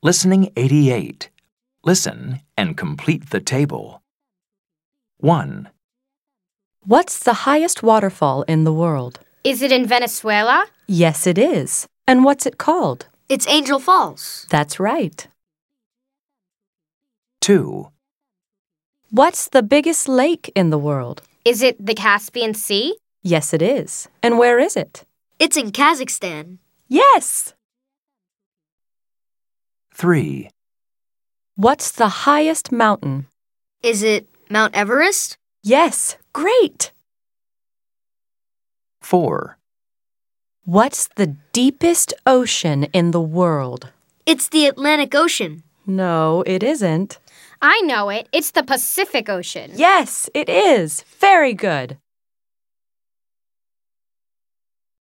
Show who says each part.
Speaker 1: Listening 88. Listen and complete the table. 1,
Speaker 2: What's the highest waterfall in the world?
Speaker 3: Is it in Venezuela?
Speaker 2: Yes, it is. And what's it called?
Speaker 4: It's Angel Falls.
Speaker 2: That's right.
Speaker 1: 2,
Speaker 2: What's the biggest lake in the world?
Speaker 3: Is it the Caspian Sea?
Speaker 2: Yes, it is. And where is it?
Speaker 4: It's in Kazakhstan.
Speaker 2: Yes!
Speaker 1: 3,
Speaker 2: What's the highest mountain?
Speaker 4: Is it Mount Everest?
Speaker 2: Yes, great!
Speaker 1: 4,
Speaker 2: What's the deepest ocean in the world?
Speaker 4: It's the Atlantic Ocean.
Speaker 2: No, it isn't.
Speaker 3: I know it. It's the Pacific Ocean.
Speaker 2: Yes, it is. Very good.